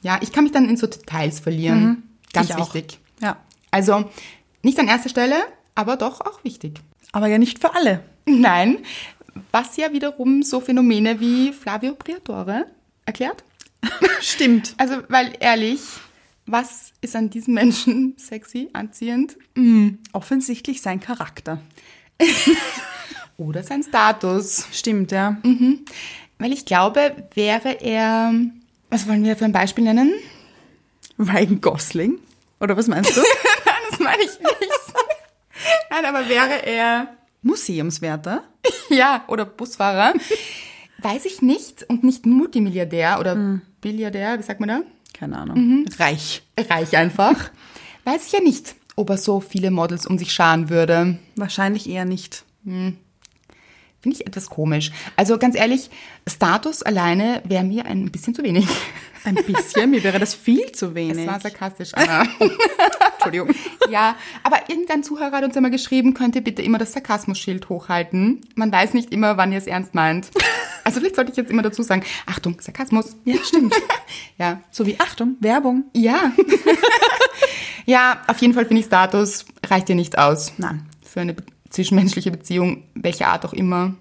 Speaker 2: ja, ich kann mich dann in so Details verlieren. Ganz
Speaker 1: Mhm. Ich auch.
Speaker 2: wichtig.
Speaker 1: Ja.
Speaker 2: Also nicht an erster Stelle, aber doch auch wichtig.
Speaker 1: Aber ja nicht für alle.
Speaker 2: Nein, was ja wiederum so Phänomene wie Flavio Priatore erklärt.
Speaker 1: (laughs) Stimmt.
Speaker 2: Also, weil ehrlich, was ist an diesem Menschen sexy, anziehend
Speaker 1: Mm, Offensichtlich sein Charakter.
Speaker 2: oder sein Status?
Speaker 1: Stimmt, ja.
Speaker 2: Weil ich glaube, wäre er. Was wollen wir für ein Beispiel nennen?
Speaker 1: Ryan Gosling? Oder was meinst du? (laughs)
Speaker 2: Das meine ich (laughs) nicht. Nein, aber wäre er.
Speaker 1: Museumswärter?
Speaker 2: Ja, oder Busfahrer. Weiß ich nicht. Und nicht Multimilliardär oder Billiardär, wie sagt man da?
Speaker 1: Keine Ahnung. Reich.
Speaker 2: Hm. Reich einfach. Weiß ich ja nicht, ob er so viele Models um sich scharen würde.
Speaker 1: Wahrscheinlich eher nicht.
Speaker 2: Finde ich etwas komisch. Also ganz ehrlich, Status alleine wäre mir ein bisschen zu wenig.
Speaker 1: Ein bisschen, mir wäre das viel zu
Speaker 2: Das
Speaker 1: wenig.
Speaker 2: war sarkastisch, Anna.
Speaker 1: Entschuldigung.
Speaker 2: (laughs) Ja, aber irgendein Zuhörer hat uns einmal geschrieben, könnt ihr bitte immer das Sarkasmusschild hochhalten. Man weiß nicht immer, wann ihr es ernst meint. Also vielleicht sollte ich jetzt immer dazu sagen, Achtung, Sarkasmus.
Speaker 1: (laughs) Ja, stimmt.
Speaker 2: Ja.
Speaker 1: So wie, Achtung, Werbung.
Speaker 2: Ja. (laughs) ja, auf jeden Fall finde ich Status reicht dir nicht aus.
Speaker 1: Nein.
Speaker 2: Für eine be- zwischenmenschliche Beziehung, welcher Art auch immer.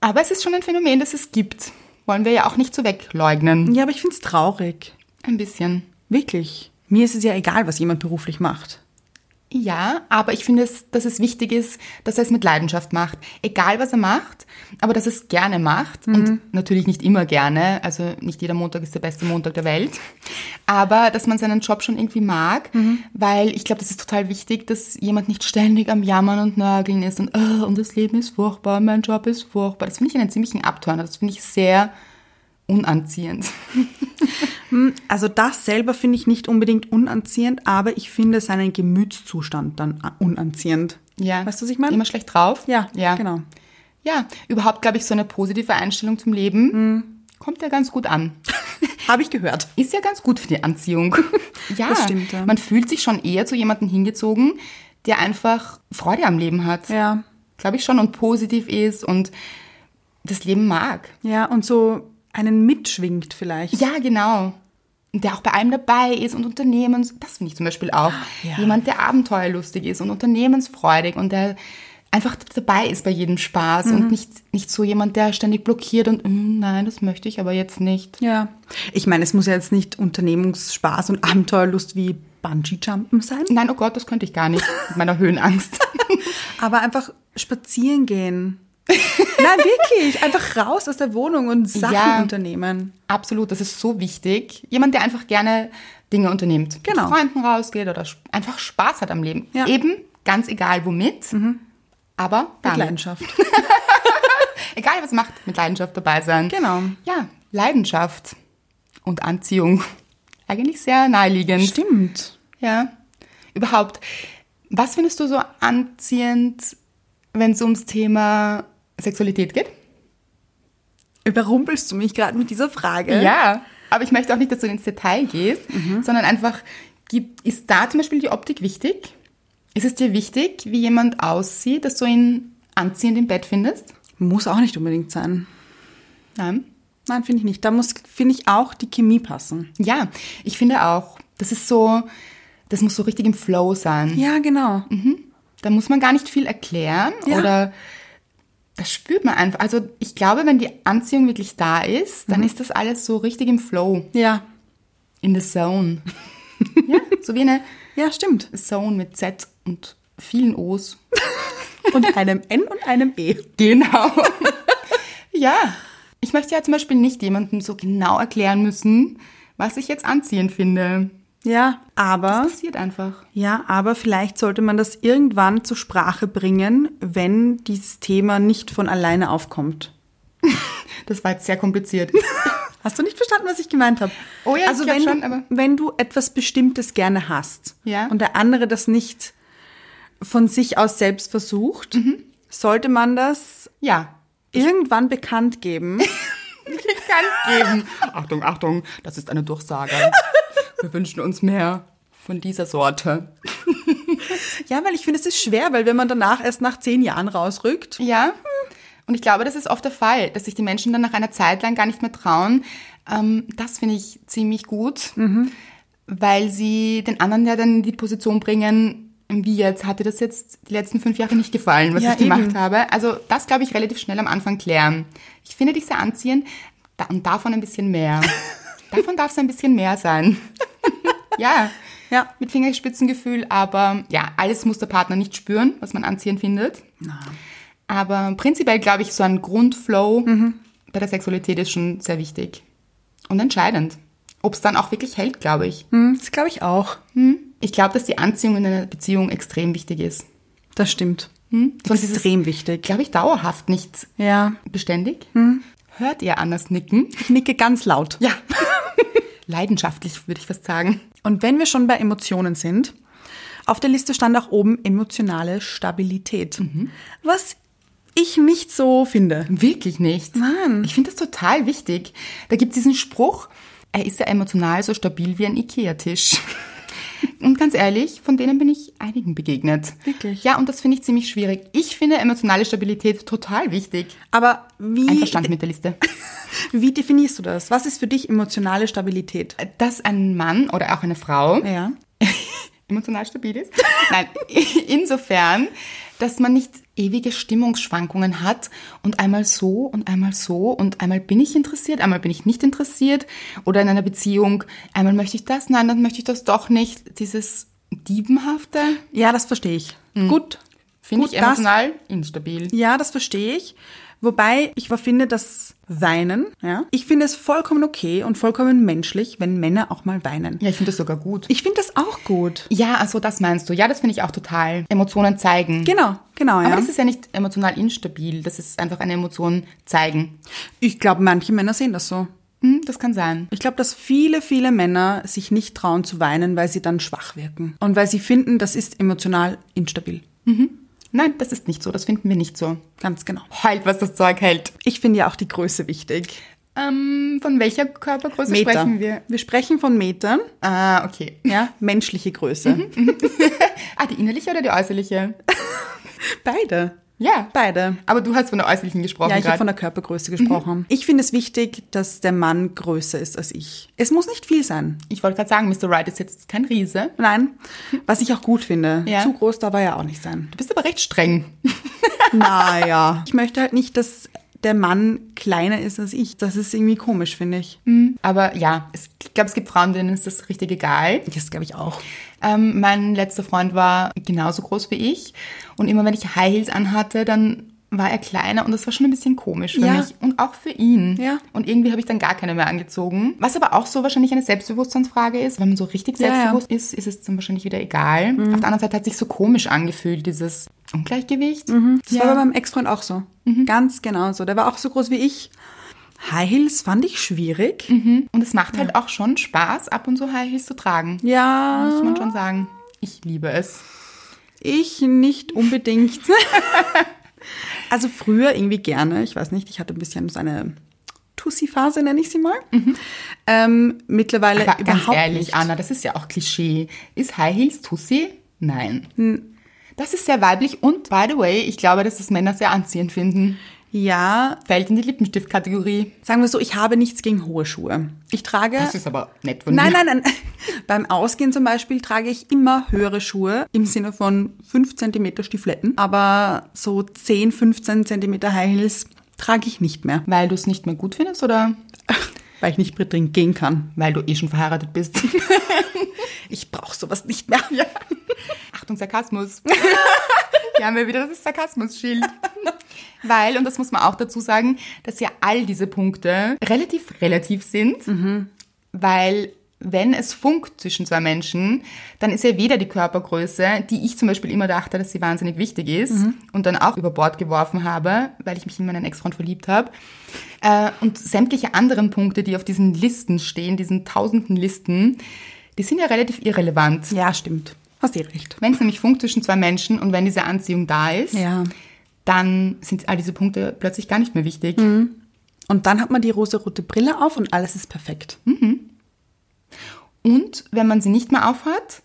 Speaker 2: Aber es ist schon ein Phänomen, das es gibt. Wollen wir ja auch nicht so wegleugnen.
Speaker 1: Ja, aber ich finde es traurig.
Speaker 2: Ein bisschen.
Speaker 1: Wirklich. Mir ist es ja egal, was jemand beruflich macht.
Speaker 2: Ja, aber ich finde, es, dass es wichtig ist, dass er es mit Leidenschaft macht. Egal, was er macht, aber dass er es gerne macht.
Speaker 1: Mhm.
Speaker 2: Und natürlich nicht immer gerne. Also nicht jeder Montag ist der beste Montag der Welt. Aber dass man seinen Job schon irgendwie mag,
Speaker 1: Mhm.
Speaker 2: weil ich glaube, das ist total wichtig, dass jemand nicht ständig am Jammern und Nörgeln ist und, "Ah, und das Leben ist furchtbar, mein Job ist furchtbar. Das finde ich einen ziemlichen Abturner. Das finde ich sehr unanziehend.
Speaker 1: Also das selber finde ich nicht unbedingt unanziehend, aber ich finde seinen Gemütszustand dann a- unanziehend. Weißt du, was ich meine?
Speaker 2: Immer schlecht drauf.
Speaker 1: Ja,
Speaker 2: ja.
Speaker 1: genau.
Speaker 2: Ja, überhaupt glaube ich, so eine positive Einstellung zum Leben kommt ja ganz gut an.
Speaker 1: Habe ich gehört.
Speaker 2: Ist ja ganz gut für die Anziehung. (laughs) ja,
Speaker 1: Das stimmt, ja.
Speaker 2: man fühlt sich schon eher zu jemandem hingezogen, der einfach Freude am Leben hat.
Speaker 1: Ja.
Speaker 2: Glaube ich schon und positiv ist und das Leben mag.
Speaker 1: Ja, und so einen mitschwingt vielleicht.
Speaker 2: Ja, genau. Und der auch bei allem dabei ist und Unternehmens... Das finde ich zum Beispiel auch.
Speaker 1: Ah, Ja.
Speaker 2: Jemand, der abenteuerlustig ist und unternehmensfreudig und der einfach dabei ist bei jedem Spaß
Speaker 1: Mhm.
Speaker 2: und nicht, nicht so jemand, der ständig blockiert und "Mm, nein, das möchte ich aber jetzt nicht.
Speaker 1: Ja. Ich meine, es muss ja jetzt nicht Unternehmungsspaß und Abenteuerlust wie Bungee-Jumpen sein,
Speaker 2: Nein, oh Gott, das könnte ich
Speaker 1: (laughs)
Speaker 2: gar nicht mit meiner Höhenangst. (laughs)
Speaker 1: aber einfach spazieren gehen. Nein, wirklich. Einfach raus aus der Wohnung und Sachen
Speaker 2: Ja.
Speaker 1: unternehmen.
Speaker 2: Absolut, das ist so wichtig. Jemand, der einfach gerne Dinge unternimmt.
Speaker 1: Genau.
Speaker 2: Mit Freunden rausgeht oder sp- einfach Spaß hat am Leben.
Speaker 1: Ja. Mhm.
Speaker 2: Eben, ganz egal womit, Aber
Speaker 1: Mit
Speaker 2: dann,
Speaker 1: Leidenschaft.
Speaker 2: egal was macht, mit Leidenschaft dabei sein.
Speaker 1: Genau.
Speaker 2: Ja, Leidenschaft und Anziehung. Eigentlich sehr naheliegend.
Speaker 1: Stimmt.
Speaker 2: Ja. Überhaupt, was findest du so anziehend, wenn es ums Thema Sexualität geht?
Speaker 1: Überrumpelst du mich gerade mit dieser Frage?
Speaker 2: Ja, aber ich möchte auch nicht, dass du ins Detail gehst,
Speaker 1: Mhm.
Speaker 2: sondern einfach, gibt, ist da zum Beispiel die Optik wichtig? Ist es dir wichtig, wie jemand aussieht, dass du ihn anziehend im Bett findest?
Speaker 1: Muss auch nicht unbedingt sein.
Speaker 2: Nein.
Speaker 1: Nein, finde ich nicht. Da muss, finde ich, auch die Chemie passen.
Speaker 2: Ja, ich finde auch, das ist so, das muss so richtig im Flow sein.
Speaker 1: Ja, genau.
Speaker 2: Da muss man gar nicht viel erklären
Speaker 1: Ja.
Speaker 2: oder das spürt man einfach. Also ich glaube, wenn die Anziehung wirklich da ist,
Speaker 1: Mhm.
Speaker 2: dann ist das alles so richtig im Flow,
Speaker 1: Ja.
Speaker 2: in
Speaker 1: (laughs)
Speaker 2: the zone. ja, so wie eine
Speaker 1: Ja, stimmt.
Speaker 2: Zone mit Z und vielen O's.
Speaker 1: Und einem N und einem E. (laughs)
Speaker 2: Genau. ja. Ich möchte ja zum Beispiel nicht jemandem so genau erklären müssen, was ich jetzt anziehend finde.
Speaker 1: Ja, aber.
Speaker 2: Das passiert einfach.
Speaker 1: Ja, aber vielleicht sollte man das irgendwann zur Sprache bringen, wenn dieses Thema nicht von alleine aufkommt.
Speaker 2: Das war jetzt sehr kompliziert.
Speaker 1: Hast du nicht verstanden, was ich gemeint habe?
Speaker 2: Oh ja, ich
Speaker 1: also
Speaker 2: glaub
Speaker 1: wenn
Speaker 2: schon,
Speaker 1: du,
Speaker 2: aber-
Speaker 1: wenn du etwas Bestimmtes gerne hast
Speaker 2: Ja.
Speaker 1: und der andere das nicht von sich aus selbst versucht,
Speaker 2: Mhm.
Speaker 1: sollte man das
Speaker 2: ja.
Speaker 1: irgendwann bekannt geben.
Speaker 2: Bekannt geben. Achtung, Achtung, das ist eine Durchsage. Wir wünschen uns mehr von dieser Sorte.
Speaker 1: ja, weil ich finde, es ist schwer, weil wenn man danach erst nach zehn Jahren rausrückt,
Speaker 2: Ja. Und ich glaube, das ist oft der Fall, dass sich die Menschen dann nach einer Zeit lang gar nicht mehr trauen. Ähm, das finde ich ziemlich gut, weil sie den anderen ja dann in die Position bringen, wie jetzt, hat dir das jetzt die letzten fünf Jahre nicht gefallen, was
Speaker 1: Ja,
Speaker 2: ich gemacht
Speaker 1: eben.
Speaker 2: habe. Also das, glaube ich, relativ schnell am Anfang klären. Ich finde dich sehr anziehend da, und davon ein bisschen (laughs) mehr. davon darf es ein bisschen mehr sein. ja.
Speaker 1: Ja.
Speaker 2: Mit Fingerspitzengefühl, aber ja, alles muss der Partner nicht spüren, was man anziehend findet. Aber prinzipiell glaube ich, so ein Grundflow bei der Sexualität ist schon sehr wichtig und entscheidend. Ob es dann auch wirklich hält, glaube ich.
Speaker 1: hm, das glaube ich auch.
Speaker 2: Ich glaube, dass die Anziehung in einer Beziehung extrem wichtig ist.
Speaker 1: Das stimmt.
Speaker 2: Sonst ist es,
Speaker 1: Extrem wichtig.
Speaker 2: glaube ich, dauerhaft nicht
Speaker 1: Ja.
Speaker 2: beständig. Hört ihr anders nicken?
Speaker 1: Ich nicke ganz laut.
Speaker 2: Ja. (laughs) Leidenschaftlich, würde ich fast sagen.
Speaker 1: Und wenn wir schon bei Emotionen sind, auf der Liste stand auch oben emotionale Stabilität. Was ich nicht so finde.
Speaker 2: Wirklich nicht. Nein. Ich finde das total wichtig. Da gibt es diesen Spruch, er ist ja emotional so stabil wie
Speaker 1: (laughs)
Speaker 2: ein Ikea-Tisch. Und ganz ehrlich, von denen bin ich einigen begegnet.
Speaker 1: Wirklich?
Speaker 2: Ja, und das finde ich ziemlich schwierig. Ich finde emotionale Stabilität total wichtig.
Speaker 1: Aber wie,
Speaker 2: Einverstanden mit der Liste.
Speaker 1: (laughs) wie definierst du das? Was ist für dich emotionale Stabilität?
Speaker 2: Dass ein Mann oder auch eine Frau
Speaker 1: Ja.
Speaker 2: emotional stabil ist. (laughs) Nein, insofern, dass man nicht ewige Stimmungsschwankungen hat und einmal so und einmal so und einmal bin ich interessiert, einmal bin ich nicht interessiert oder in einer Beziehung, einmal möchte ich das, nein, dann möchte ich das doch nicht. Dieses Diebenhafte
Speaker 1: Ja, das verstehe ich. Gut.
Speaker 2: finde
Speaker 1: Gut,
Speaker 2: ich
Speaker 1: das-
Speaker 2: emotional instabil.
Speaker 1: Ja, das verstehe ich. Wobei ich finde das Weinen, ja, ich finde es vollkommen okay und vollkommen menschlich, wenn Männer auch mal weinen.
Speaker 2: Ja, ich finde das sogar gut.
Speaker 1: Ich finde das auch gut.
Speaker 2: Ja, also das meinst du. Ja, das finde ich auch total. Emotionen zeigen.
Speaker 1: Genau, genau, ja.
Speaker 2: Aber das ist ja nicht emotional instabil, das ist einfach eine Emotion zeigen.
Speaker 1: ich glaube, manche Männer sehen das so.
Speaker 2: Hm, das kann sein.
Speaker 1: Ich glaube, dass viele, viele Männer sich nicht trauen zu weinen, weil sie dann schwach wirken. Und weil sie finden, das ist emotional instabil.
Speaker 2: Nein, das ist nicht so, das finden wir nicht so.
Speaker 1: Ganz genau.
Speaker 2: Halt, was das Zeug hält.
Speaker 1: Ich finde ja auch die Größe wichtig.
Speaker 2: Ähm, von welcher Körpergröße sprechen wir?
Speaker 1: Wir sprechen von Metern,
Speaker 2: Ah, okay.
Speaker 1: ja, menschliche Größe.
Speaker 2: Mhm. Ah, die innerliche oder die äußerliche?
Speaker 1: Beide.
Speaker 2: Ja,
Speaker 1: Beide.
Speaker 2: Aber du hast von der äußerlichen gesprochen
Speaker 1: Ja, ich habe
Speaker 2: gerade. Mhm.
Speaker 1: von der Körpergröße gesprochen. Ich finde es wichtig, dass der Mann größer ist als ich. Es muss nicht viel sein.
Speaker 2: ich wollte gerade sagen, Mr. Wright ist jetzt kein Riese.
Speaker 1: Nein, was ich auch gut finde.
Speaker 2: Ja.
Speaker 1: Zu groß darf er ja auch nicht sein.
Speaker 2: (laughs) Du bist aber recht streng.
Speaker 1: Naja. Ich möchte halt nicht, dass der Mann kleiner ist als ich. Das ist irgendwie komisch, finde ich.
Speaker 2: Mhm. Aber ja, es, ich glaube, es gibt Frauen, denen ist das richtig egal.
Speaker 1: Das glaube ich auch.
Speaker 2: Ähm, mein letzter Freund war genauso groß wie ich. Und immer wenn ich High Heels anhatte, dann war er kleiner und das war schon ein bisschen komisch für
Speaker 1: Ja.
Speaker 2: mich und auch für ihn.
Speaker 1: Ja.
Speaker 2: Und irgendwie habe ich dann gar keine mehr angezogen. Was aber auch so wahrscheinlich eine Selbstbewusstseinsfrage ist. Wenn man so richtig
Speaker 1: Ja, Mhm. ja.
Speaker 2: selbstbewusst ist, ist es dann wahrscheinlich wieder egal. Auf der anderen Seite hat sich so komisch angefühlt, dieses Ungleichgewicht.
Speaker 1: Das war bei meinem Ex-Freund auch so.
Speaker 2: Mhm.
Speaker 1: Ganz genau so. Der war auch so groß wie ich. High Heels fand ich schwierig.
Speaker 2: Und es macht halt auch schon Spaß, ab und zu High Heels zu tragen.
Speaker 1: Ja,
Speaker 2: Muss man schon sagen. Ich liebe es.
Speaker 1: ich nicht unbedingt. (laughs) also früher irgendwie gerne. Ich weiß nicht, ich hatte ein bisschen so eine Tussi-Phase, nenne ich sie mal. Ähm, mittlerweile
Speaker 2: Mhm. Aber ganz
Speaker 1: überhaupt
Speaker 2: ehrlich,
Speaker 1: nicht.
Speaker 2: Anna, das ist ja auch Klischee. Ist High Heels Tussi? Nein.
Speaker 1: Hm.
Speaker 2: Das ist sehr weiblich und, by the way, ich glaube, dass das Männer sehr anziehend finden.
Speaker 1: Ja,
Speaker 2: Fällt in die Lippenstiftkategorie.
Speaker 1: sagen wir so, ich habe nichts gegen hohe Schuhe. Ich trage.
Speaker 2: Das ist aber nett von
Speaker 1: Nein,
Speaker 2: mir.
Speaker 1: nein, nein. (laughs) Beim Ausgehen zum Beispiel trage ich immer höhere Schuhe im Sinne von 5 cm Stiefletten, aber so 10, 15 cm High Heels trage ich nicht mehr, (laughs)
Speaker 2: Weil du es nicht mehr gut findest oder
Speaker 1: weil ich nicht mehr drin gehen kann.
Speaker 2: weil du eh schon verheiratet bist?
Speaker 1: Ich brauche sowas nicht mehr. (laughs)
Speaker 2: Achtung, Sarkasmus. (laughs) Hier haben wir wieder das Sarkasmus-Schild. Weil, und das muss man auch dazu sagen, dass ja all diese Punkte relativ relativ sind, weil wenn es funkt zwischen zwei Menschen, dann ist ja weder die Körpergröße, die ich zum Beispiel immer dachte, dass sie wahnsinnig wichtig ist und dann auch über Bord geworfen habe, weil ich mich in meinen Ex-Freund verliebt habe, äh, und sämtliche anderen Punkte, die auf diesen Listen stehen, diesen tausenden Listen, die sind ja relativ irrelevant.
Speaker 1: Ja, stimmt. Hast eh recht.
Speaker 2: Wenn es nämlich funkt zwischen zwei Menschen und wenn diese Anziehung da ist,
Speaker 1: Ja.
Speaker 2: dann sind all diese Punkte plötzlich gar nicht mehr wichtig.
Speaker 1: Mhm. Und dann hat man die rosarote Brille auf und alles ist perfekt.
Speaker 2: Und wenn man sie nicht mehr aufhat,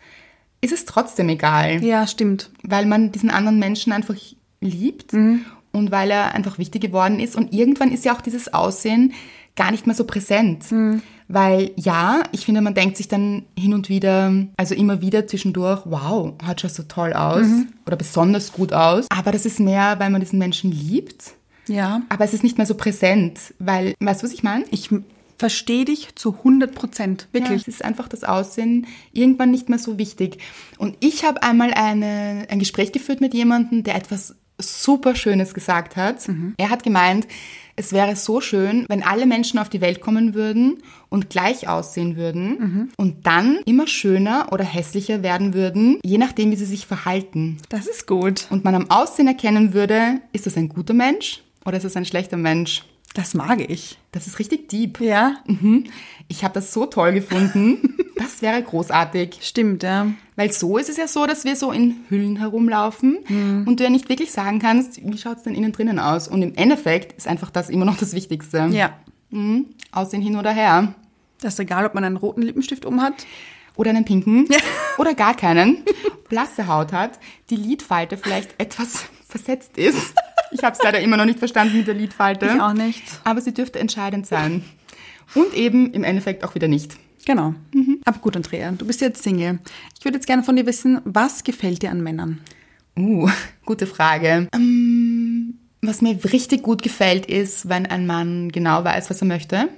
Speaker 2: ist es trotzdem egal,
Speaker 1: Ja, stimmt.
Speaker 2: weil man diesen anderen Menschen einfach liebt
Speaker 1: Mhm.
Speaker 2: und weil er einfach wichtig geworden ist. Und irgendwann ist ja auch dieses Aussehen gar nicht mehr so präsent.
Speaker 1: Mhm.
Speaker 2: Weil ja, ich finde, man denkt sich dann hin und wieder, also immer wieder zwischendurch, wow, hat schon so toll aus
Speaker 1: Mhm.
Speaker 2: oder besonders gut aus. Aber das ist mehr, weil man diesen Menschen liebt
Speaker 1: Ja.
Speaker 2: Aber es ist nicht mehr so präsent, weil, weißt du, was ich meine?
Speaker 1: Ich verstehe dich zu 100 Prozent. Wirklich.
Speaker 2: Es ist einfach das Aussehen irgendwann nicht mehr so wichtig. Und ich habe einmal eine, ein Gespräch geführt mit jemandem, der etwas super Schönes gesagt hat. Er hat gemeint, es wäre so schön, wenn alle Menschen auf die Welt kommen würden und gleich aussehen würden und dann immer schöner oder hässlicher werden würden, je nachdem, wie sie sich verhalten.
Speaker 1: Das ist gut.
Speaker 2: Und man am Aussehen erkennen würde, ist das ein guter Mensch oder ist es ein schlechter Mensch?
Speaker 1: Das mag ich.
Speaker 2: Das ist richtig deep.
Speaker 1: Ja.
Speaker 2: Mhm. Ich habe das so
Speaker 1: (laughs)
Speaker 2: toll gefunden. Das wäre großartig.
Speaker 1: Stimmt, ja.
Speaker 2: Weil so ist es ja so, dass wir so in Hüllen herumlaufen
Speaker 1: Mhm.
Speaker 2: und du ja nicht wirklich sagen kannst, wie schaut es denn innen drinnen aus. Und im Endeffekt ist einfach das immer noch das Wichtigste.
Speaker 1: Ja.
Speaker 2: Mhm. Aussehen hin oder her.
Speaker 1: Das ist egal, ob man einen roten Lippenstift um hat.
Speaker 2: Oder
Speaker 1: (laughs)
Speaker 2: einen pinken. Oder gar keinen. Blasse Haut hat. Die Lidfalte vielleicht etwas (laughs) versetzt ist. Ich habe es leider immer noch nicht verstanden mit der Lidfalte.
Speaker 1: Ich auch nicht.
Speaker 2: Aber sie dürfte entscheidend sein. Und eben im Endeffekt auch wieder nicht.
Speaker 1: Genau. Aber gut, Andrea, du bist jetzt Single. Ich würde jetzt gerne von dir wissen, was gefällt dir an Männern?
Speaker 2: Uh, (laughs) gute Frage. Ähm, was mir richtig gut gefällt, ist, wenn ein Mann genau weiß, was er möchte.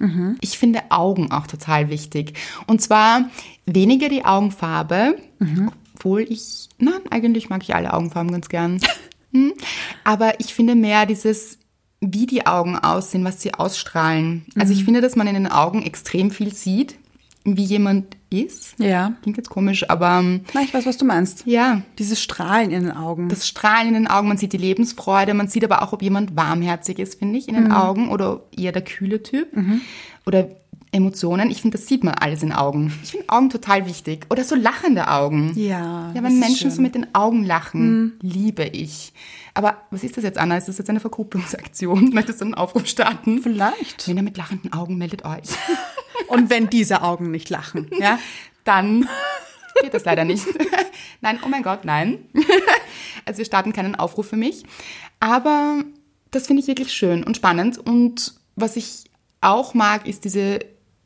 Speaker 2: Ich finde Augen auch total wichtig. Und zwar weniger die Augenfarbe, obwohl ich, nein, eigentlich mag ich alle Augenfarben ganz gern. Hm. Aber ich finde mehr dieses, wie die Augen aussehen, was sie ausstrahlen. Also ich finde, dass man in den Augen extrem viel sieht, wie jemand ist.
Speaker 1: Ja.
Speaker 2: Klingt jetzt komisch, aber ähm,
Speaker 1: Na, ich weiß, was du meinst.
Speaker 2: ja,
Speaker 1: Dieses Strahlen in den Augen.
Speaker 2: das Strahlen in den Augen, man sieht die Lebensfreude, man sieht aber auch, ob jemand warmherzig ist, finde ich, in den
Speaker 1: Mhm.
Speaker 2: Augen oder eher der kühle Typ oder Emotionen. Ich finde, das sieht man alles in Augen. Ich finde Augen total wichtig. Oder so lachende Augen.
Speaker 1: Ja,
Speaker 2: Ja,
Speaker 1: das
Speaker 2: wenn
Speaker 1: ist
Speaker 2: Menschen
Speaker 1: schön. Mhm.
Speaker 2: so mit den Augen lachen, liebe ich. Aber was ist das jetzt, Anna? Ist das jetzt eine Verkuppelungsaktion? (laughs) Möchtest du einen Aufruf starten?
Speaker 1: Vielleicht.
Speaker 2: Männer mit lachenden Augen, meldet euch. (laughs)
Speaker 1: Und wenn diese Augen nicht lachen, ja?
Speaker 2: dann (laughs) geht das leider nicht. (laughs) nein, oh mein Gott, nein. (laughs) also wir starten keinen Aufruf für mich. Aber das finde ich wirklich schön und spannend. Und was ich auch mag, ist diese,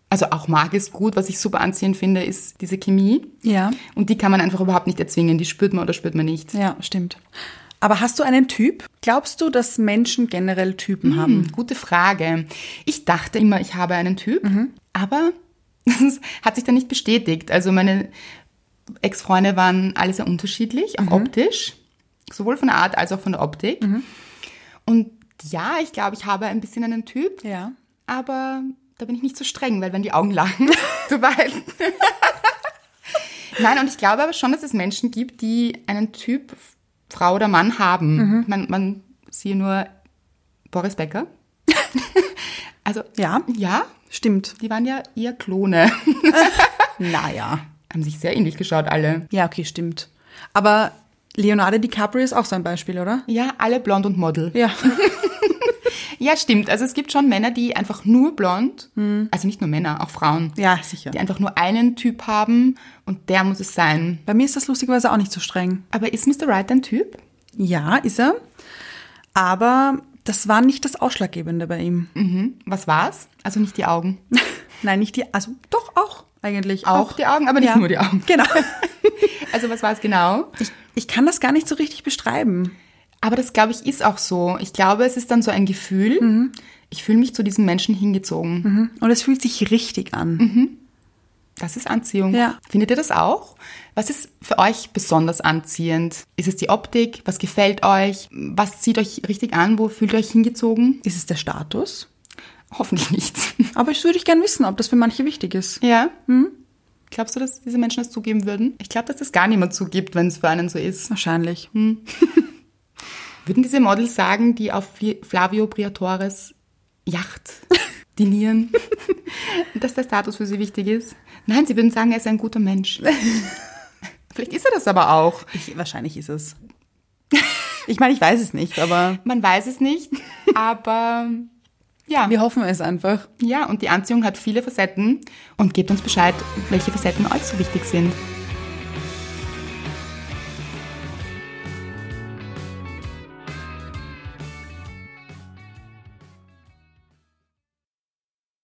Speaker 2: also auch mag ist gut, was ich super anziehend finde, ist diese Chemie.
Speaker 1: (laughs) Ja.
Speaker 2: Und die kann man einfach überhaupt nicht erzwingen. Die spürt man oder spürt man nicht.
Speaker 1: Ja, stimmt. Aber hast du einen Typ? Glaubst du, dass Menschen generell Typen haben?
Speaker 2: Gute Frage. Ich dachte immer, ich habe einen Typ, aber (laughs) das hat sich dann nicht bestätigt. Also meine Ex-Freunde waren alle sehr unterschiedlich, auch optisch, sowohl von der Art als auch von der Optik. Und ja, ich glaube, ich habe ein bisschen einen Typ,
Speaker 1: Ja.
Speaker 2: aber da bin ich nicht so streng, weil wenn die Augen lachen, (laughs) du weißt. Nein, und ich glaube aber schon, dass es Menschen gibt, die einen Typ Frau oder Mann haben. Man, man siehe nur Boris Becker. (laughs) also,
Speaker 1: Ja,
Speaker 2: ja,
Speaker 1: stimmt.
Speaker 2: die waren ja eher Klone.
Speaker 1: Naja.
Speaker 2: haben sich sehr ähnlich geschaut, alle.
Speaker 1: Ja, okay, stimmt. Aber Leonardo DiCaprio ist auch so ein Beispiel, oder?
Speaker 2: Ja, alle blond und Model.
Speaker 1: Ja.
Speaker 2: Ja, stimmt. Also es gibt schon Männer, die einfach nur blond, also nicht nur Männer, auch Frauen,
Speaker 1: (laughs) Ja, sicher.
Speaker 2: die einfach nur einen Typ haben und der muss es sein.
Speaker 1: Bei mir ist das lustigerweise auch nicht so streng.
Speaker 2: Aber ist Mr. Right ein Typ?
Speaker 1: Ja, ist er. Aber das war nicht das Ausschlaggebende bei ihm.
Speaker 2: Mhm. Was war's? Also nicht die Augen.
Speaker 1: (laughs) Nein, nicht die, also doch auch eigentlich.
Speaker 2: Auch die Augen, aber nicht
Speaker 1: Ja.
Speaker 2: nur die Augen.
Speaker 1: (laughs) Genau.
Speaker 2: Also was war es genau?
Speaker 1: Ich kann das gar nicht so richtig beschreiben.
Speaker 2: Aber das, glaube ich, ist auch so. Ich glaube, es ist dann so ein Gefühl.
Speaker 1: Mhm.
Speaker 2: Ich fühle mich zu diesem Menschen hingezogen.
Speaker 1: Und es fühlt sich richtig an.
Speaker 2: Mhm. Das ist Anziehung.
Speaker 1: Ja.
Speaker 2: Findet ihr das auch? Was ist für euch besonders anziehend? Ist es die Optik? Was gefällt euch? Was zieht euch richtig an? Wo fühlt ihr euch hingezogen?
Speaker 1: Ist es der Status?
Speaker 2: Hoffentlich nichts.
Speaker 1: Aber ich würde ich gern wissen, ob das für manche wichtig ist.
Speaker 2: (laughs) Ja?
Speaker 1: Mhm.
Speaker 2: Glaubst du, dass diese Menschen das zugeben würden? Ich glaube, dass das gar niemand zugibt, wenn es für einen so ist.
Speaker 1: Wahrscheinlich.
Speaker 2: Mhm. Würden diese Models sagen, die auf Fli- Flavio Briatores Yacht dinieren, dass der Status für sie wichtig ist? Nein, sie würden sagen, er ist ein guter Mensch. Vielleicht ist er das aber auch.
Speaker 1: Ich, wahrscheinlich ist es. (laughs) Ich meine, ich weiß es nicht, aber
Speaker 2: Man weiß es nicht, aber ja.
Speaker 1: wir hoffen es einfach.
Speaker 2: Ja, und die Anziehung hat viele Facetten und gebt uns Bescheid, welche Facetten euch so wichtig sind.